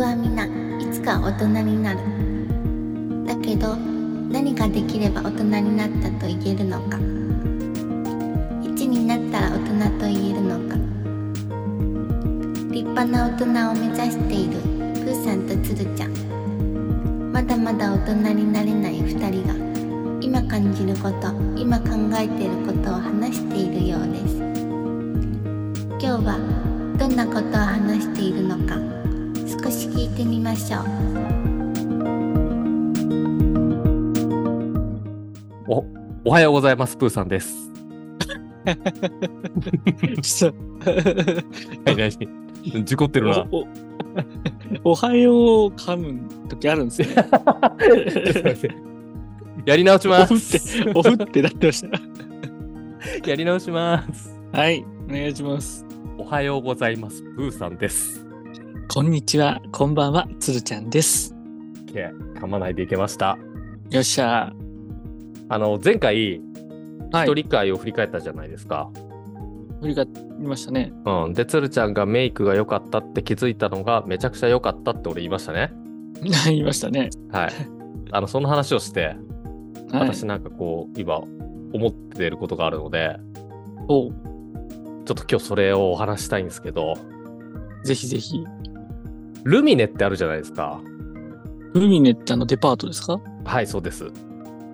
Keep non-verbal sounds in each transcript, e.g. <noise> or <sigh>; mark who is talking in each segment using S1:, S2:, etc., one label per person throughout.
S1: はみんないつか大人になるだけど何ができれば大人になったと言えるのか1になったら大人と言えるのか立派な大人を目指しているプーさんとつるちゃんまだまだ大人になれない2人が今感じること今考えていることを話しているようです今日はどんなことを話しているのか少し聞いてみましょう
S2: お、おはようございます、プーさんです。
S3: <laughs> ちょっ
S2: はい、何々事故って
S3: と
S2: るな。
S3: お <laughs> おおはよう噛む時あるんですね。
S2: <laughs> やり直し
S3: お
S2: ま
S3: ふっ
S2: す。
S3: て、おふってなってまし
S2: <laughs>
S3: た。
S2: やり直します。
S3: はい、お願いします。
S2: おはようございます、プーさんです。
S3: こんにちは、こんばんは、つるちゃんです。
S2: OK 噛まないでいけました。
S3: よっしゃ
S2: あの、前回、
S3: ー。は
S2: 一
S3: い、
S2: 人会を振り返ったじゃないですか。
S3: 振り返りましたね。 <laughs>
S2: うん。で、つるちゃんがメイクが良かったって気づいたのが、めちゃくちゃ良かったって俺言いましたね。
S3: 言いましたね。
S2: <laughs> はい。あの、その話をして、
S3: はい、
S2: 私なんかこう、今、思ってることがあるので、
S3: お
S2: ちょっと今日それをお話したいんですけど、
S3: ぜひぜひ。
S2: ルミネってあるじゃないですか。
S3: ルミネってあのデパートですか
S2: はい、そうです。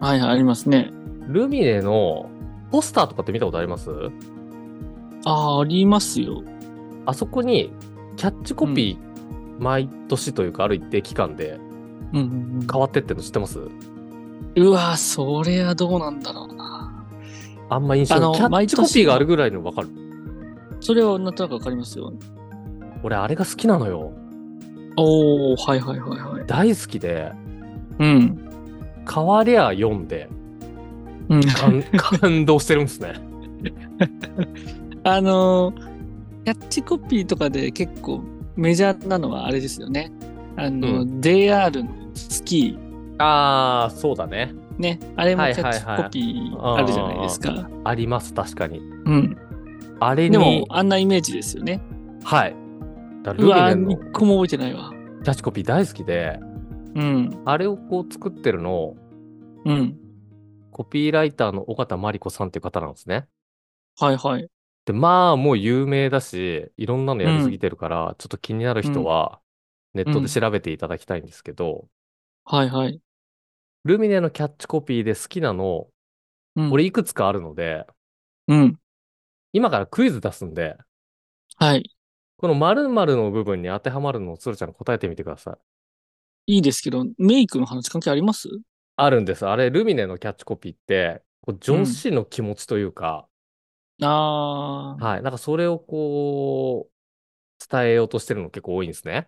S3: はいはい、ありますね。
S2: ルミネのポスターとかって見たことあります
S3: ああ、ありますよ。
S2: あそこにキャッチコピー、毎年というか、ある一定期間で
S3: うんうん
S2: 変わってってんの知ってます
S3: うん、うわーそれはどうなんだろうな。
S2: あんま印象
S3: あの
S2: キャッチコピーがあるぐらいのわかる。
S3: それはなんとなくわかりますよ。
S2: 俺、あれが好きなのよ。
S3: おー、はいはいはいはい。
S2: 大好きで、
S3: うん。
S2: 変わりゃ読んで、 <laughs>
S3: うん、
S2: 感感動してるんですね。
S3: あのーキャッチコピーとかで結構メジャーなのはあれですよね。あの、
S2: う
S3: JR のスキー。
S2: あー、そうだね。
S3: ね。あれも
S2: はい
S3: キ
S2: はい
S3: ャ
S2: はい
S3: ッチコピーあるじゃないですか。
S2: あります、確かに。
S3: うん。
S2: あれ
S3: でも
S2: に、、
S3: あんなイメージですよね。
S2: はい。だ
S3: う
S2: から
S3: わ
S2: ルミネ
S3: 一
S2: の
S3: 個も覚えてないわ。
S2: キャッチコピー大好きで、
S3: うん。
S2: あれをこう作ってるのを、
S3: うん。
S2: コピーライターの尾形真理子さんっていう方なんですね。
S3: はいはい。
S2: で、まあ、もう有名だし、いろんなのやりすぎてるから、ちょっと気になる人は、ネットで調べていただきたいんですけど、
S3: はいはい。
S2: ルミネのキャッチコピーで好きなの、
S3: うん、
S2: 俺いくつかあるので、
S3: うん。
S2: 今からクイズ出すんで、
S3: はい。
S2: この〇〇の部分に当てはまるのを鶴ちゃん答えてみてください。
S3: いいですけど、メイクの話関係あります
S2: あるんです。あれ、ルミネのキャッチコピーって、こう女子の気持ちというか、
S3: あー
S2: はい。なんかそれをこう、伝えようとしてるの結構多いんですね。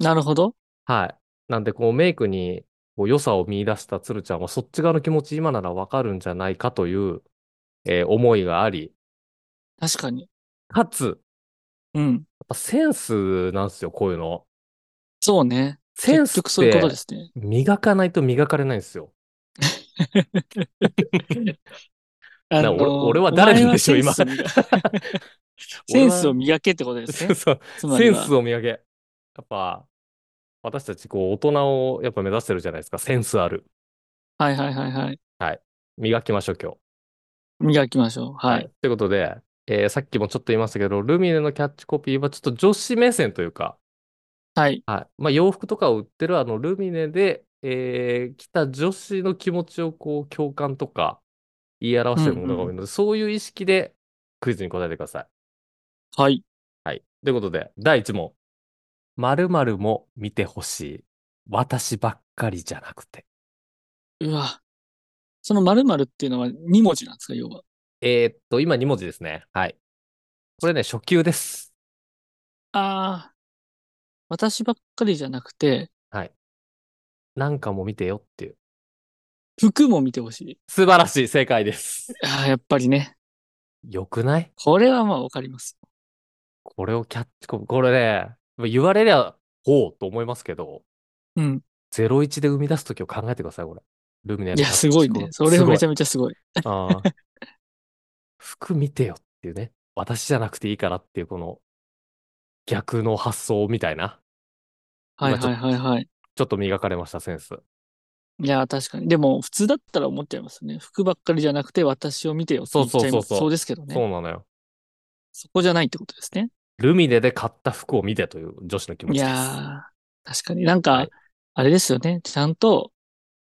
S3: なるほど。
S2: はい。なんで、こう、メイクにこう良さを見出した鶴ちゃんは、そっち側の気持ち、今ならわかるんじゃないかという、えー思いがあり、
S3: 確かに。
S2: かつ、やっ
S3: うん。
S2: ぱセンスなんですよ、こういうの。
S3: そうね。
S2: センス
S3: 結局そういうことで
S2: って
S3: すね。
S2: 磨かないと磨かれないんですよ。
S3: あ
S2: な
S3: の
S2: 俺俺は誰なんでしょう
S3: お前は
S2: 今
S3: セン
S2: <laughs>
S3: スを磨けセンスを磨けってことですね。
S2: そう
S3: つま
S2: セ
S3: り
S2: ン
S3: は
S2: スを磨け。やっぱ、私たち、こう、大人をやっぱ目指してるじゃないですか。センスある。
S3: はいはいはいはい。
S2: 磨きましょう、今日。
S3: 磨きましょう。はい。
S2: ということで、えーさっきもちょっと言いましたけど、ルミネのキャッチコピーはちょっと女子目線というか、
S3: はい。
S2: はいまあ、洋服とかを売ってるあのルミネで、えー着た女子の気持ちをこう共感とか言い表してるものが多いので、そういう意識でクイズに答えてください。
S3: はい。
S2: はい、ということで、第1問。〇〇も見てほしい。私ばっかりじゃなくて。
S3: うわ。その〇〇っていうのは2文字なんですか、要は。
S2: えーっと、今2文字ですね。はい。これね、初級です。
S3: ああ。私ばっかりじゃなくて、
S2: なんかも見てよっていう。
S3: 服も見てほしい。
S2: 素晴らしい、正解です。
S3: ああ、やっぱりね。
S2: よくない
S3: これはまあわかります。
S2: これをキャッチコピー、これね、言われりゃ、ほうと思いますけど、
S3: うん。
S2: 01で生み出すときを考えてください、これ。ルミネの
S3: いや、
S2: キャッ
S3: す
S2: チ
S3: ごい
S2: コピ
S3: ね
S2: ー。
S3: それはめち
S2: す
S3: ゃめちゃすごい。
S2: ごいあー服見てよっていうね。私じゃなくていいからっていう、この逆の発想みたいな。
S3: はいはいはいはい。
S2: ちょっと磨かれました、センス。
S3: いや、確かに。でも、普通だったら思っちゃいますよね。服ばっかりじゃなくて、私を見てよって言っちゃいま
S2: そ
S3: す
S2: うそうそうそう
S3: そうですけどね
S2: そうなのよ。
S3: そこじゃないってことですね。
S2: ルミネで買った服を見てという女子の気持
S3: い
S2: ちです。
S3: やー、確かになんか、
S2: はい
S3: あれですよね。ちゃんと、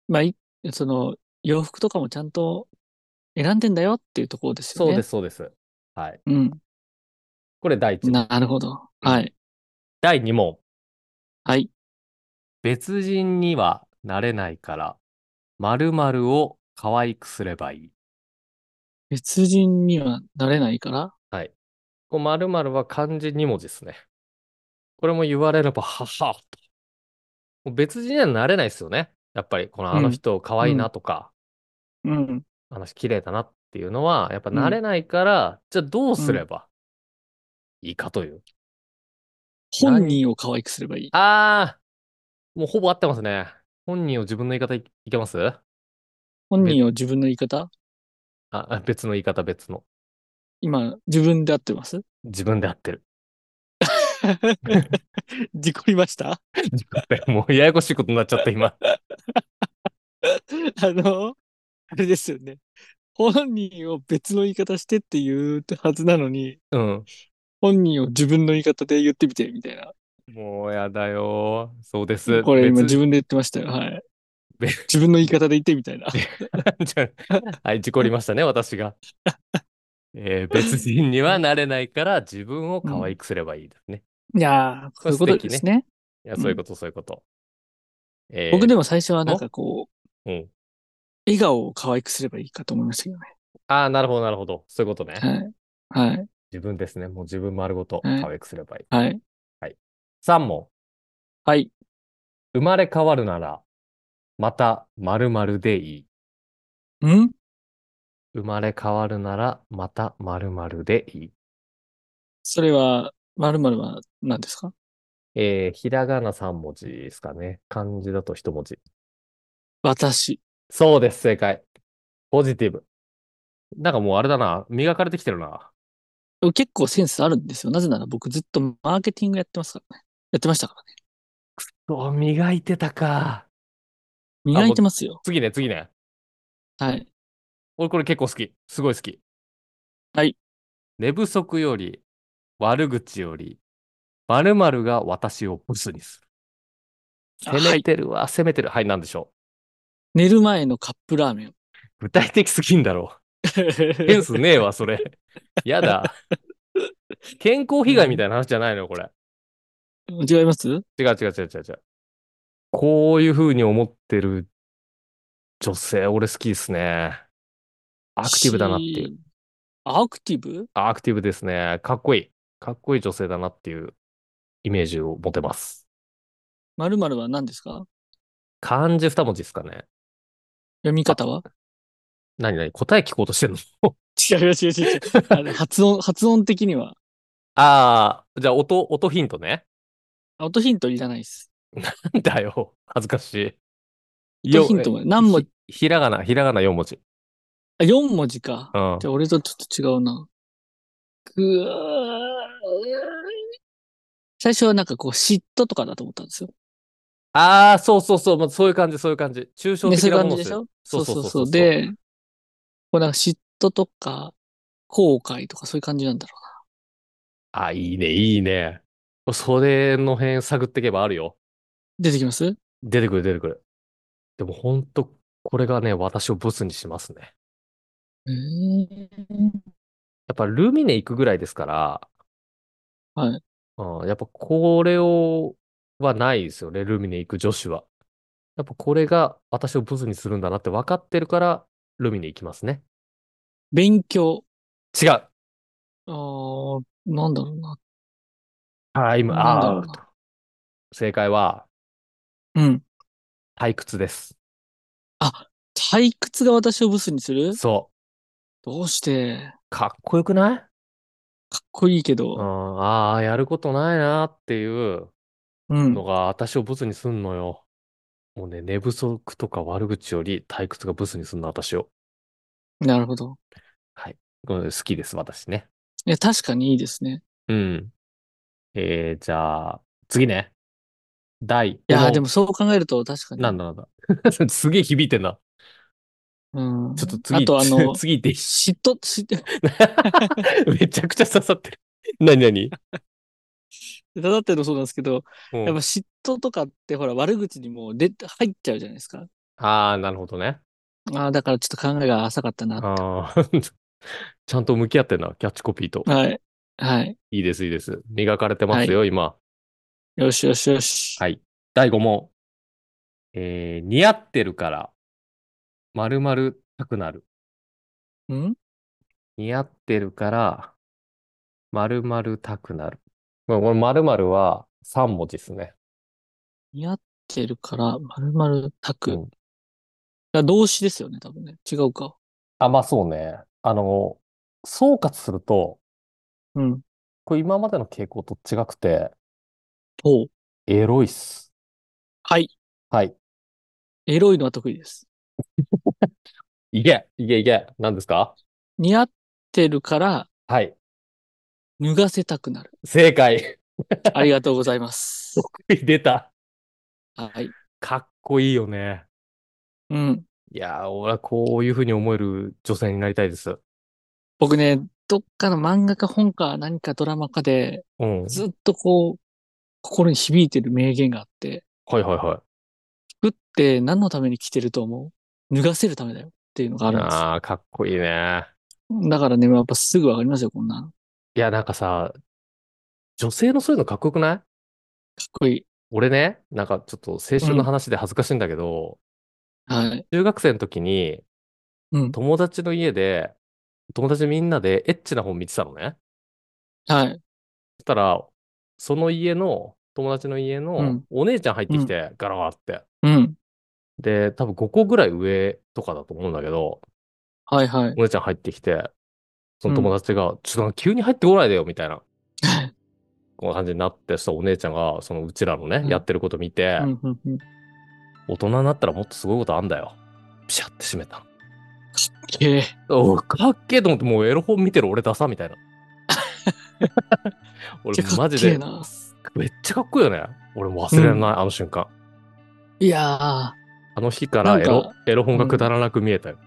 S3: まあ、いその、洋服とかもちゃんと選んでんだよっていうところです
S2: そ
S3: よ
S2: う
S3: ね。。
S2: ですす、そうです。はい。
S3: うん。
S2: これ第一問。
S3: なるほど。はい。
S2: 第二問。
S3: はい。
S2: 別人にはなれないから、〇〇を可愛くすればいい。
S3: 別人にはなれないから。
S2: こう〇〇は漢字2文字ですね。これも言われれば、ははと。もう別人にはなれないですよね。やっぱり、この
S3: うん
S2: あの人可愛いなとか、
S3: うん。
S2: あの人綺麗だなっていうのは、やっぱなれないから、じゃあどうすればいいかという。
S3: 本人を可愛くすればいい。
S2: あー、もうほぼ合ってますね。本人を自分の言い方いいけますあ
S3: 本人を自分の言い方
S2: あ、別の言い方、別の。
S3: 今、自分で合ってます
S2: 自分で合ってる。
S3: <laughs>
S2: <laughs>
S3: 事故りました <laughs>
S2: もうややこしいことになっちゃった、今。
S3: あの、あれですよね。本人を別の言い方してっていうはずなのに、
S2: うん。
S3: 本人を自分の言い方で言ってみて、みたいな。
S2: もうやだよー。そうです。
S3: これ今
S2: 別
S3: 自分で言ってましたよ。はい。
S2: 別
S3: 自分の言い方で言ってみたいな。
S2: <laughs> じゃあはい、事故りましたね、私が。えー
S3: <laughs>
S2: 別人にはなれないから自分を可愛くすればいいですね。
S3: いやー、そういうことですね。
S2: いや、そういうこと、そういうこと。えー
S3: 僕でも最初はなんかこう、
S2: うん
S3: 笑顔を可愛くすればいいかと思いましたけどね。
S2: ああ、なるほど、なるほど。そういうことね。
S3: はい。はい。
S2: 自分ですね。もう自分丸ごと可
S3: はい
S2: 愛くすればいい。
S3: はい。
S2: 3問。
S3: はい。
S2: 生まれ変わるなら、また〇〇でいい。
S3: ん
S2: 生まれ変わるなら、また〇〇でいい。
S3: それは、〇〇は何ですか
S2: えーひらがな3文字ですかね。漢字だと1文字。
S3: 私。
S2: そうです、正解。ポジティブ。なんかもうあれだな、磨かれてきてるな。
S3: 結構センスあるんですよ。なぜなら僕ずっとマーケティングやってますからね。やってましたからね。
S2: そう、磨いてたか。
S3: 磨いてますよ。
S2: 次ね、次ね。
S3: はい。
S2: 俺これ結構好き。すごい好き。
S3: はい。
S2: 寝不足より、悪口より、〇〇が私をブスにす
S3: あ
S2: る。攻めてるわ、攻めてる。はい、なんでしょ
S3: 寝る前のカップラーメン。
S2: う。具体的すぎんだろう。センスねえわ、それ。や <laughs> だ。健康被害みたいな話じゃないのよ、これ。
S3: <laughs> 違います
S2: 違う違う違う違う違う。こういう風に思ってる女性、俺好きですね。アクティブだなっていう。
S3: う。アクティブ
S2: あアクティブですね。かっこいい。かっこいい女性だなっていうイメージを持てます。
S3: 〇〇は何ですか
S2: 漢字二文字ですかね。
S3: 読み方は
S2: 何何答え聞こうとしてんの
S3: 違う違う違う違う。 <laughs> あれ発音、発音的には。
S2: ああ、じゃあ音、音ヒントね。 <laughs>
S3: あ音ヒントいらないです。
S2: なんだよ。恥ずかしい。
S3: 音ヒントは何文字
S2: ひひらがな、ひらがな4文字。
S3: あ、4文字か。
S2: うん
S3: じ。ゃあ俺とちょっと違うな。ぐー最初はなんかこう嫉妬とかだと思ったんですよ。
S2: ああ、そうそうそう。まあ、そういう感じ、そういう感じ。抽象
S3: ね、
S2: 的
S3: そういう
S2: な
S3: 感
S2: もの
S3: じ
S2: を
S3: ですし
S2: る
S3: ょそうそうそう
S2: そうそうそう
S3: で、こうなんか嫉妬とか、後悔とかそういう感じなんだろ
S2: あ、いいね、いいね。それの辺探っていけばあるよ。
S3: うな。出てきます
S2: 出てくる、出てくる。でもほんと、これがね、私をブスにしますね。
S3: えー、
S2: やっぱルミネ行くぐらいですから、
S3: はい。
S2: うん、やっぱこれを、はないですよね、ルミネ行く女子は。やっぱこれが私をブスにするんだなって分かってるから、ルミネ行きますね。
S3: 勉強。
S2: 違う。
S3: あーなんだろうな。
S2: あ、今、
S3: なんだろ
S2: あ
S3: う
S2: ー
S3: な。
S2: 正解は
S3: うん。
S2: 退屈です。
S3: 退屈が私をブスにする
S2: そ
S3: どうして
S2: う。かっこよくない
S3: かっこいいけ
S2: う
S3: ど。
S2: ん、ああ、やることないなっていう。
S3: うん
S2: の。が私をブスにすんのよ。もうね、寝不足とか悪口より退屈がブスにすんの、私を。
S3: なるほど。
S2: うん好きです、私ね。
S3: いや、確かにいいですね。
S2: うん。えー、じゃあ、次ね。大。
S3: いや
S2: こ
S3: ー、
S2: の
S3: でもそう考えると確かに。
S2: なんだなん <laughs> だ。すげえ響いてんな。
S3: うん。
S2: ちょっと次、
S3: あとあ
S2: <laughs>
S3: の
S2: 次で
S3: 嫉妬、嫉妬、 <laughs>
S2: めちゃくちゃ刺さってる。 <laughs> なになに
S3: だってのそうなんですけど、
S2: うん
S3: やっぱ嫉妬とかってほら悪口にもう出て入っちゃうじゃないですか。
S2: ああ、なるほどね。
S3: ああ、だからちょっと考えが浅かったな。
S2: ああ。 <laughs> ちゃんと向き合ってんな、キャッチコピーと。
S3: はい。はい。
S2: いいです、いいです。磨かれてますよ、今。
S3: よしよしよし。
S2: はい。第5問。えー、似合ってるから、まるまるたくなる。
S3: うん
S2: 似合ってるから、まるまるたくなる。まあこのまるまるは3文字ですね。
S3: 似合ってるから、まるまるたく。
S2: う
S3: だ
S2: ん
S3: から動詞ですよね、多分ね。違うか。
S2: あ、まあそうね。あの、総括すると、
S3: うん。
S2: これ今までの傾向と違くて、
S3: ほう。
S2: エロいっす。
S3: はい。
S2: はい。
S3: エロいのは得意です。
S2: いけ、いけ、いけ。何ですか
S3: 似合ってるから、
S2: はい。
S3: 脱がせた
S2: <laughs>
S3: くなる。
S2: 正解。
S3: ありがとうございます。
S2: 出た。
S3: はい。
S2: かっこいいよね。
S3: うん。
S2: いやー、俺はこういうふうに思える女性になりたいです。
S3: 僕ね、どっかの漫画か本か何かドラマかで、
S2: うん。
S3: ずっとこう、心に響いてる名言があって、
S2: はいはいはい。
S3: 服って何のために着てると思う脱がせるためだよっていうのがあるんですよ
S2: ああ、かっこいいね。
S3: だからね、やっぱすぐわかりますよ、こんなの。か
S2: いや、なんかさ、女性のそういうのかっこよくない
S3: っこいい。
S2: 俺ね、なんかちょっと青春の話で恥ずかしいんだけど、
S3: はい。
S2: 中学生の時に
S3: うん。
S2: 友達の家で、友達みんなでエッチな本見てたのね。
S3: はい。
S2: そしたら、その家の、友達の家
S3: う
S2: の
S3: ん
S2: お姉ちゃん入ってきて、ガラーって。
S3: うん。
S2: で、多分5個ぐらい上とかだと思うんだけど、
S3: はいはい。
S2: お姉ちゃん入ってきて、その友達が、ちょっとなんか急に入ってこないでよ、みたいな、こんな感じになって、そしたらお姉ちゃんが、そのうちらのね、
S3: うん
S2: やってること見て、
S3: うんうんうんか
S2: 大人になったらもっとすごいことあんだよ。ピシャって閉めた。
S3: っけえ。
S2: おうかっけえと思って、もうエロ本見てる俺ダサみ
S3: <laughs>
S2: たいな。俺
S3: めっちゃか
S2: マ
S3: っ
S2: ジ
S3: けえ
S2: で、
S3: な。
S2: めっちゃかっこいいよね。俺も忘れられない、あの瞬間。
S3: いや
S2: あの日からエ
S3: な
S2: ロ
S3: ん、
S2: エロ本がくだらなく見えたよ。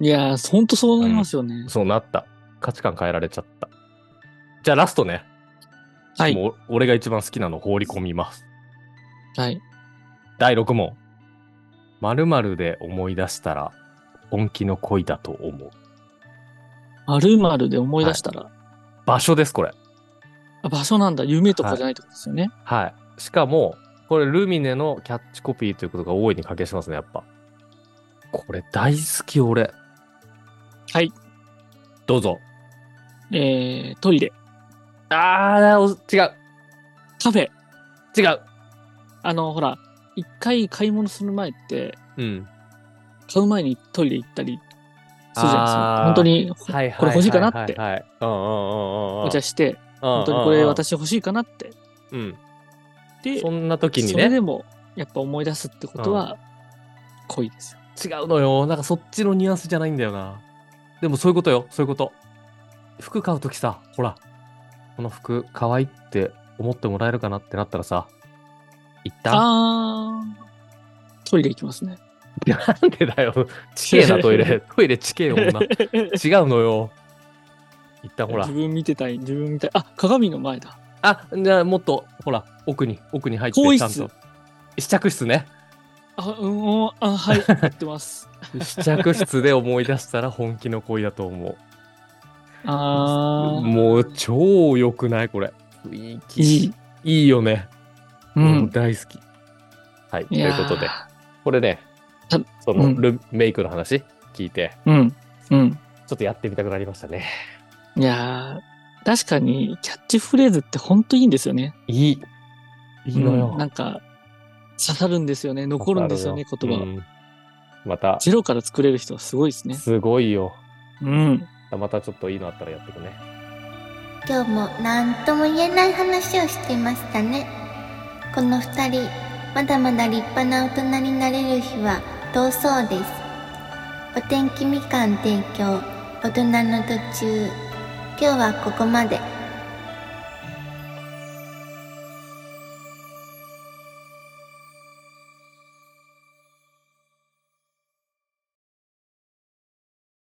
S3: ー、いやー、ほんとそうなりますよね。
S2: そうなった。価値観変えられちゃった。じゃあラストね。
S3: はい。
S2: もう俺が一番好きなの放り込みます。
S3: はい。
S2: 第6問。〇〇で思い出したら、本気の恋だと思う。
S3: まるまるで思い出したら、
S2: 場所です、これ。
S3: あ場所なんだ。夢とかじゃないってことですよね。
S2: はい。しかも、これルミネのキャッチコピーということが大いに関係しますね、やっぱ。これ大好き、俺。
S3: はい。
S2: どうぞ。
S3: えー、トイレ、
S2: あー、お違う。
S3: カフェ。
S2: 違う。
S3: あの、ほら、一回買い物する前って、
S2: うん。
S3: 買う前にトイレ行ったりするじゃないです
S2: あー
S3: か。本当に、
S2: はいはい
S3: これ欲しいかなっ
S2: は
S3: て
S2: いはいはい。うんうんうんうんうん。
S3: お茶して、
S2: 本
S3: 本当にこれ。私欲しいかなって。
S2: うん。
S3: で、
S2: そんな時に
S3: それ
S2: ね
S3: で。もやっぱ思い出すってことは恋ですよ。
S2: 違うのよ。なんかそっちのニュアンスじゃないんだよな。でもそういうことよ。そういうこと。服買うときさ、ほら、この服可愛いって思ってもらえるかなってなったらさ、一旦、
S3: あートイレ行きますね。
S2: なんでだ
S3: <laughs>
S2: よ。ちけえなトイレ。トイレちけえよ、女。違うのよ。一旦ほら
S3: <laughs> 自。分見てたい、自分見たい。あ、鏡の前だ。
S2: あ、じゃあもっと、ほら、奥に、奥に入って、
S3: 更衣
S2: ちゃん
S3: 室
S2: と。試着室ね。
S3: あ、うん、うんあ、
S2: <laughs>
S3: はい、やってます。
S2: 試着室で思い出したら本気の恋だと思う。
S3: あー
S2: もう超良くないこれ。いい気
S3: いい。
S2: いいよね。
S3: う
S2: うん
S3: ん。
S2: 大好き。はい、と
S3: や
S2: いう
S3: ー
S2: ことで、これね
S3: た、
S2: その
S3: うん
S2: ル、メイクの話聞いて、
S3: うん。うん。
S2: ちょっとやってみたくなりましたね。
S3: いやー確かにキャッチフレーズって本当いいんですよね。
S2: いい。いいのよ。
S3: うんなんか、刺さるんですよね。残るんですよね、言葉。
S2: うんまた、
S3: ゼロから作れる人はすごいですね。
S2: すごいよ。
S3: うん。
S2: またちょっといいのあったらやってくね。
S1: 今日も何とも言えない話をしてましたねこの2人まだまだ立派な大人になれる日は遠そうですお天気みかん提供大人の途中今日はここまで